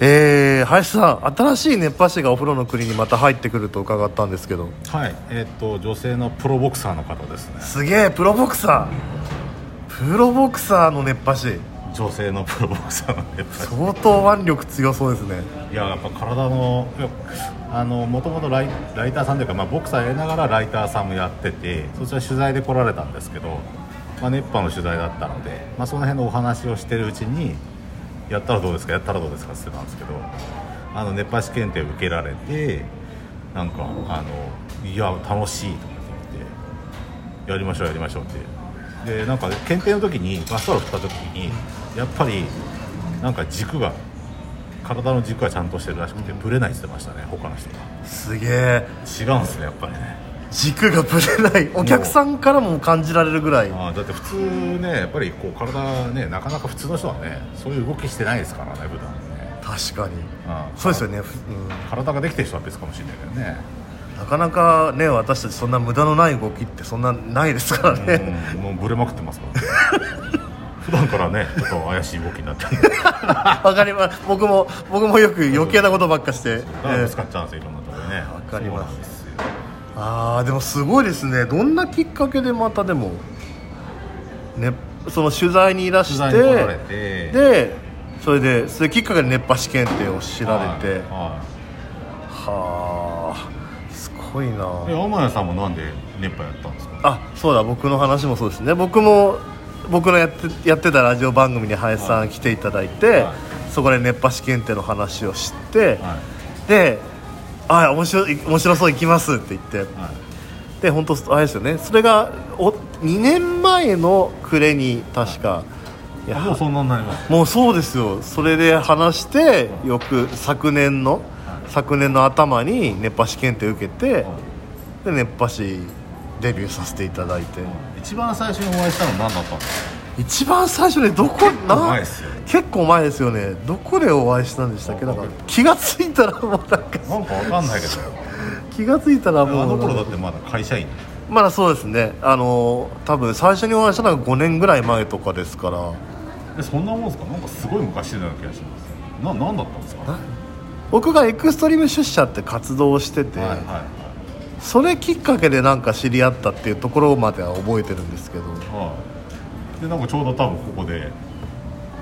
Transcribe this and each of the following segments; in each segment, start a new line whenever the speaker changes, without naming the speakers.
えー、林さん新しい熱波師がお風呂の国にまた入ってくると伺ったんですけど
はい、えっと女性のプロボクサーの方ですね
すげえプロボクサープロボクサーの熱波師
女性のプロボクサーのやっぱ
相当腕力強そうですね
りいややっぱ体のいやあのもともとライライターさんというか、まあ、ボクサーやりながらライターさんもやっててそちら取材で来られたんですけど、まあ、熱波の取材だったので、まあ、その辺のお話をしてるうちにやったらどうですかやったらどうですかって言ってたんですけどあの熱波師検定受けられてなんかあのいや楽しいと思って言ってやりましょうやりましょうってでなんか検定の時にバスタオル振った時にやっぱりなんか軸が体の軸がちゃんとしてるらしくてブレないって言ってましたね他の人
すげえ
が違うんですねやっぱりね
軸がぶれないお客さんからも感じられるぐらい
あーだって普通ねやっぱりこう体ねなかなか普通の人はねそういう動きしてないですからね普段ね
確かに
あー
そうですよね、うん
体ができてる人は別かもしれないけどね
なかなかね私たちそんな無駄のない動きってそんなないですからね、
うんもうブレまくってますから、ね、普段からねちょっと怪しい動きになってる
わかります僕も僕もよく余計なことばっかして、
だから使っちゃうんですよいろんなところでねわ
かります
すよ
ああでもすごいですねどんなきっかけでまたでもねその取材にいらして
取材に来られて
でそれでそれきっかけで熱波試験ってを知られて
は、
はあすごいない
はい、え天野さんもなんで熱波やったんですか
あそうだ僕の話もそうですね僕も僕のやってやってたラジオ番組に林さん来ていただいて、
は
そこで熱波試験っての話を知って、
はい
で「あ面白い面白そう行きます」って言って、
はい
で本当あれですよねそれがお2年前の暮れに確か、いや
もうそんなになります
もうそうですよそれで話してよく昨年の昨年の頭に熱波師検定受けてで熱波師デビューさせていただいて
一番最初にお会いしたの何だったんですか
一番最初ねどこ
構
な
前ですよ
結構前ですよねどこでお会いしたんでしたっけなんか気がついたらもうなんか
なんかわかんないけど
気がついたらもう
あの頃だってまだ会社員
まだそうですねあの多分最初にお会いしたのが5年ぐらい前とかですから
えそんなもんですかなんかすごい昔のような気がしますな何だったんですかは
僕がエクストリーム出社って活動をしてて、
いはいはい
それきっかけでなんか知り合ったっていうところまでは覚えてるんですけど
はいでなんかちょうど多分ここで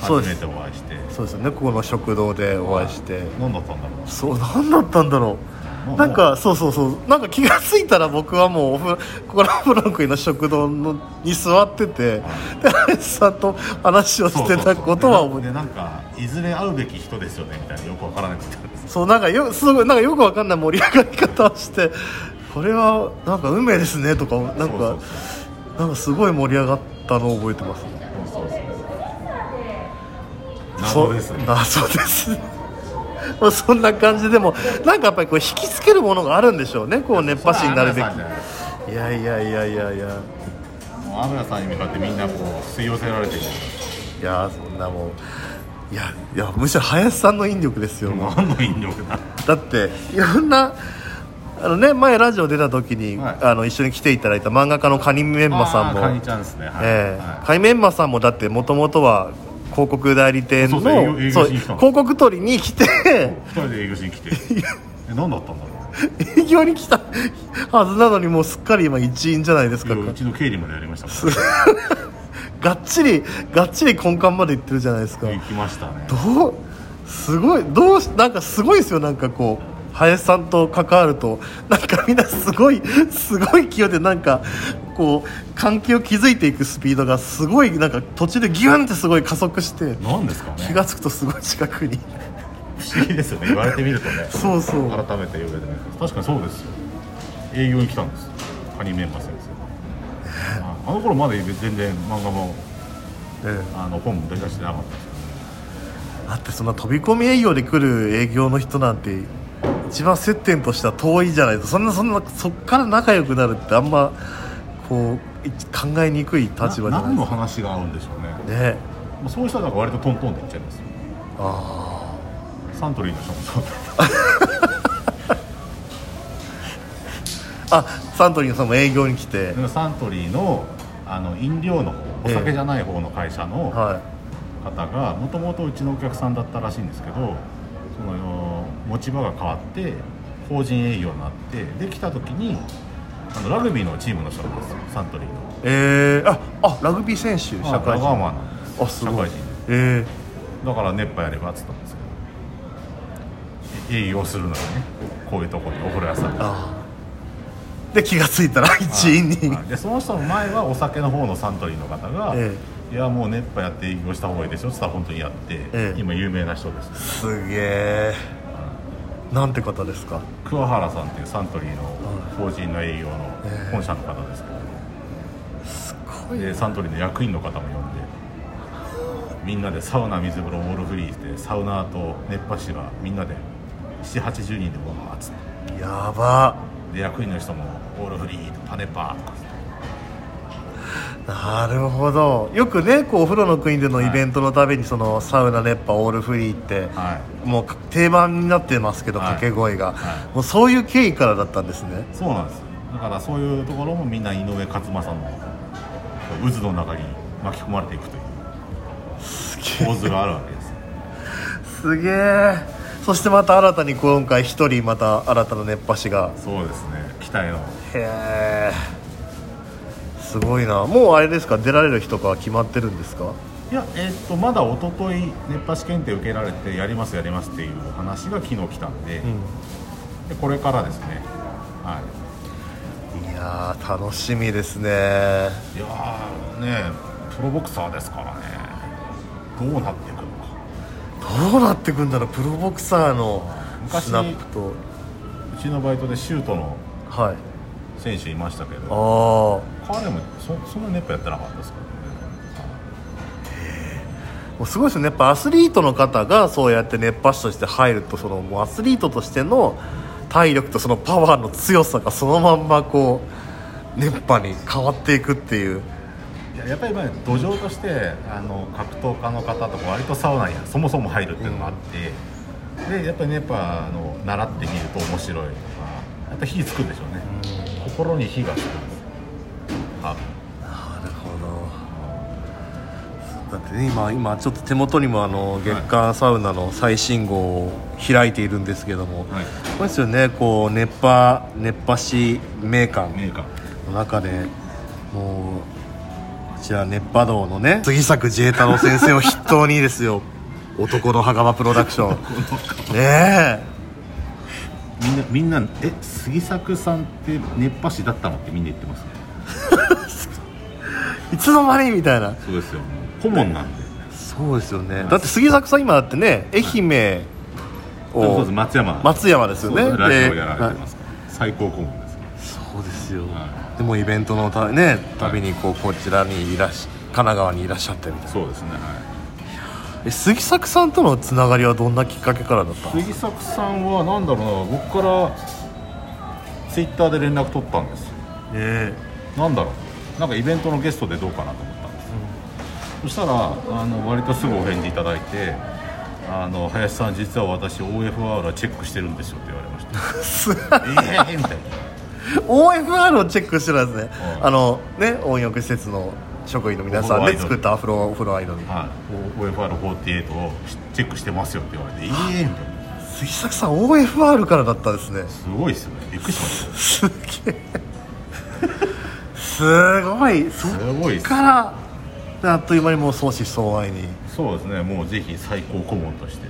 そう
初
です
めてお会いして
そうですよねここの食堂でお会いして、
何だったんだろうな
そう何だったんだろ
ま
う
あ
なんかそうそうそうなんか気が付いたら僕はもうお風呂 ここのブロックの食堂のに座っててで林さんと話をしてたことは覚えて
でなんかいずれ会うべき人ですよねみたいなよくわからなくてです
そうなんかよすごいなんかよくわかんない盛り上がり方をしてこれはなんか運命ですねとかなんか
そうそう
なんかすごい盛り上がったのを覚えてますね
そうそうそう
そ
謎ですね
謎ですね まあそんな感じでもなんかやっぱりこう引きつけるものがあるんでしょうねこう熱波師になるべ
それはアムラさんじゃな
きい
いです
やいやいやいやいや
もうアムラさんに向かってみんなこう吸い寄せられてる
いやそんなもういやいやむしろ林さんの引力ですよ、もう
何の引力
だ
だ
っていろんなあのね前ラジオ出た時に、
はい
あの一緒に来ていただいた漫画家のカニメンマさんも
あーカニちゃんですねはい、
ええ
は
カニメンマさんもだってもともとは広告代理店の
そうそう営業営業しに来たの
広告取りに来て
い、二人で営業しに来てえ何だったんだろ
営業に来たはずなのにもうすっかり今一員じゃないですか
ういやうちの経理までやりましたから
がっちりがっちり根幹まで行ってるじゃないですか
行きましたね
どうすごいどうしなんかすごいですよなんかこう林さんと関わるとなんかみんなすごいすごい勢いでなんかこう関係を築いていくスピードがすごいなんか途中でギュンってすごい加速して
何ですかね
気が付くとすごい近くに
不思議ですよね言われてみるとね
そうそう
改めて言われてみると確かにそうですよ営業に来たんですよカニメンバー先生ああの頃まだ全然漫画も
ええ
あの本も出だしてなかったんですよ
だってそんな飛び込み営業で来る営業の人なんて一番接点としては遠いじゃないですかそんなそんなそっから仲良くなるってあんまこうい考えにくい立場じゃ
な
ない
何
で
の話が合うんでしょう
す
ね、
かね
まあ、そういう人はなんか割とトントンでいっちゃいますよ
あ
サントリーの人もそうだ
ーあサントリーさんも営業に来て、
でもサントリーのあの飲料の方お酒じゃない方の会社の
は
方がもともとうちのお客さんだったらしいんですけど持ち場が変わって法人営業になってできた時にあのラグビーのチームの人なんですよサントリーの
えー、ああラグビー選手社
まあ
会
ラガー
人
マンなんです
あすごい
社会人
え
だから熱波やればっつったんですけどえ営業するのにねこういうとこにお風呂屋さん
ー、あーで気が付いたら一員に
はいでその人の前はお酒の方のサントリーの方が「
え
いやもう熱波やって営業した方がいいですよ」っつったら本当にやって、
ええ
今有名な人です
すげえなんて方ですか
桑原さんっていうサントリーの法人の営業の本社の方ですけど、
すごい
でサントリーの役員の方も呼んでみんなでサウナ水風呂オールフリーってサウナーと熱波師がみんなで780人でわーっつって
やば
で役員の人もオールフリーとか熱波とかっつって
なるほどよくねこうお風呂の国でのイベントのためにそのサウナ熱波オールフリーって、
はい
もう定番になってますけど
はい
掛け声が、
は
もうそういう経緯からだったんですね
そうなんですよだからそういうところもみんな井上勝正の渦の中に巻き込まれていくという
す
構図があるわけですよ
すげえそしてまた新たに今回一人また新たな熱波師が
そうですね期待の
へえすごいなもうあれですか出られる人が決まってるんですか
いや、えー、とまだ一昨日熱波師検定受けられてやりますやりますっていう話が昨日来たんで,、でこれからですね、はい
やー楽しみですね
い、いやーねプロボクサーですからねどうなっていくのか
どうなってくんだろうプロボクサーの
昔
スナップと
うちのバイトでシュートの
はい
選手いましたけど
ああ
彼もそそんな熱波やってなかったですからね
もうすごいですねやっぱアスリートの方がそうやって熱波師として入るとそのもうアスリートとしての体力とそのパワーの強さがそのまんまこう熱波に変わっていくっていう
いややっぱりまあ土壌としてあの格闘家の方とか割とサウナにそもそも入るっていうのがあって、でやっぱりねやっぱあの習ってみると面白いとかやっぱ火つくんでしょうね、心に火がつくんですあ
なるほどだって、ね、今今ちょっと手元にもあの月刊サウナの最新号を開いているんですけども、
はい
これですよねこう熱波熱波師名
メ
館
ーカー
の中でもうこちら熱波道のね杉作慈太郎先生を筆頭にです よ男の袴プロダクションね
みんなみんなえ杉作さんって熱波師だったのってみんな言ってますね
えいつの間にみたいな
そうですよ顧問なんで
そうですよねだって杉作さん今だってね愛媛
そう
を
です松山
松山ですよね
そうですラジオ
で
やられてますから、最高顧問です
そうですよ、
は
でもイベントのた,、ね、たびにこうこちらにいらし神奈川にいらっしゃってみたいな
そうですねはい
え杉作さんとのつながりはどんなきっかけからだったの
杉作さんは何だろうな僕からツイッターで連絡取ったんですよ
え
なんだろうなんかイベントのゲストでどうかなと思ったんですよ、そしたらあの割とすぐお返事いただいて「あの林さん実は私 OFR はチェックしてるんですよ」って言われましたええみたいな
OFR をチェックしてたんですね、
うん
あのね温浴施設の職員の皆さんで作ったアフロお風呂アイドル
はい、OFR48 をチェックしてますよって言われて「ええみたいな
杉作さん OFR からだったんですね
すごいですよねびっくりしまし
すげえすごいそ
たすごい
っ
です
からであっという間にもう相思相愛に
そうですねもうぜひ最高顧問として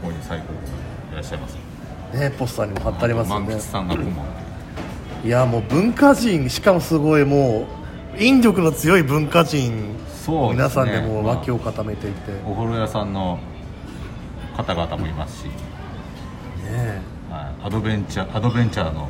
ここに最高顧問いらっしゃいますよ
ねポスターにも貼ってありますよ
満
ね
吉さんが顧問
いやもう文化人しかもすごいもう引力の強い文化人
そうです
皆さ
ね
んでもう脇を固めていて、ね
お風呂屋さんの方々もいますし、
え
はいアドベンチャーアドベンチャーの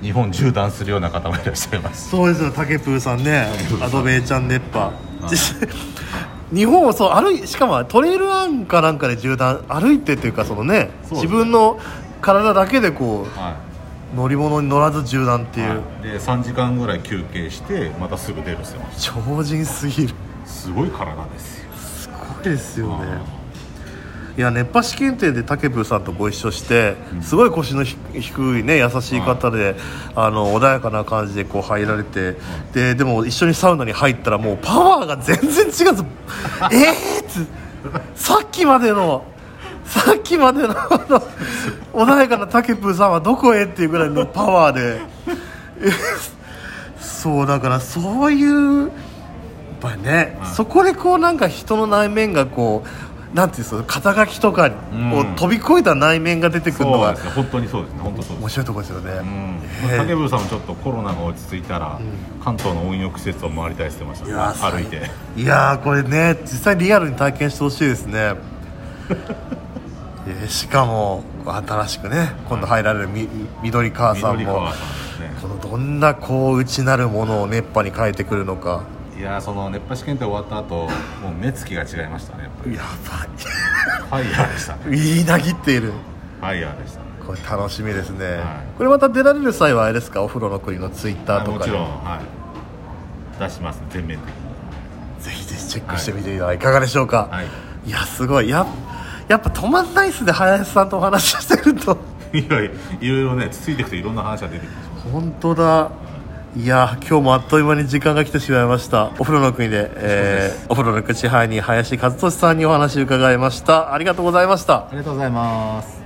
日本縦断するような方もいらっしゃいます
そうですよ竹プーさんね
プーさん
アドベーちゃん熱波日本をそう歩いしかもトレイルランかなんかで縦断歩いてというかそのね
そうですね
自分の体だけでこ
は
う乗り物に乗らず縦断って
い、
いう、
はいで3時間ぐらい休憩してまたすぐ出るしてまし
超人すぎる
たすごい体ですよ
すごいですよね
あ
いや熱波師検定で武部さんとご一緒して、すごい腰のひ低いね優しい方で、あの穏やかな感じでこう入られて、ででも一緒にサウナに入ったらもうパワーが全然違うんですえーっつさっきまでのさっきまでのあの穏やかなタケプーさんはどこへっていうぐらいのパワーでえそうだからそういうやっぱりね、
うん
そこでこうなんか人の内面がこうなんていうんですか肩書きとかを
うん
飛び越えた内面が出てくるの
そう
が
ですね本当にそうですね本当そうで
面
す
白いところですよね、
うん
ええ
竹部さんもちょっとコロナが落ち着いたら、関東の温浴施設を回りたいって言ってましたね
いやー
歩いて
いやーこれね実際リアルに体験してほしいです ねえーしかも新しくね今度入られるみ緑川さん
緑
も
川さんですね
このどんなこう内なるものを熱波に変えてくるのか
いやーその熱波試験って終わった後もう目つきが違いましたねやっぱり
や
ファイヤーでしたね
ばい 言いなぎっている
ファイヤーでしたね
これ楽しみですね、
はい
これまた出られる際はあれですかお風呂の国のツイッターと
も
か
ち
に
ろんはい出します全面的に
ぜひぜひチェックしてみてはいかがでしょうか、
はい
い、やすごいややっぱ止まんないっすね林さんとお話ししてると。
いろいろいろいろねついてくといろんな話が出てくる
本当だいや今日もあっという間に時間が来てしまいましたお風呂の国で、えーお風呂の口支配人林和俊さんにお話を伺いましたありがとうございました
ありがとうございます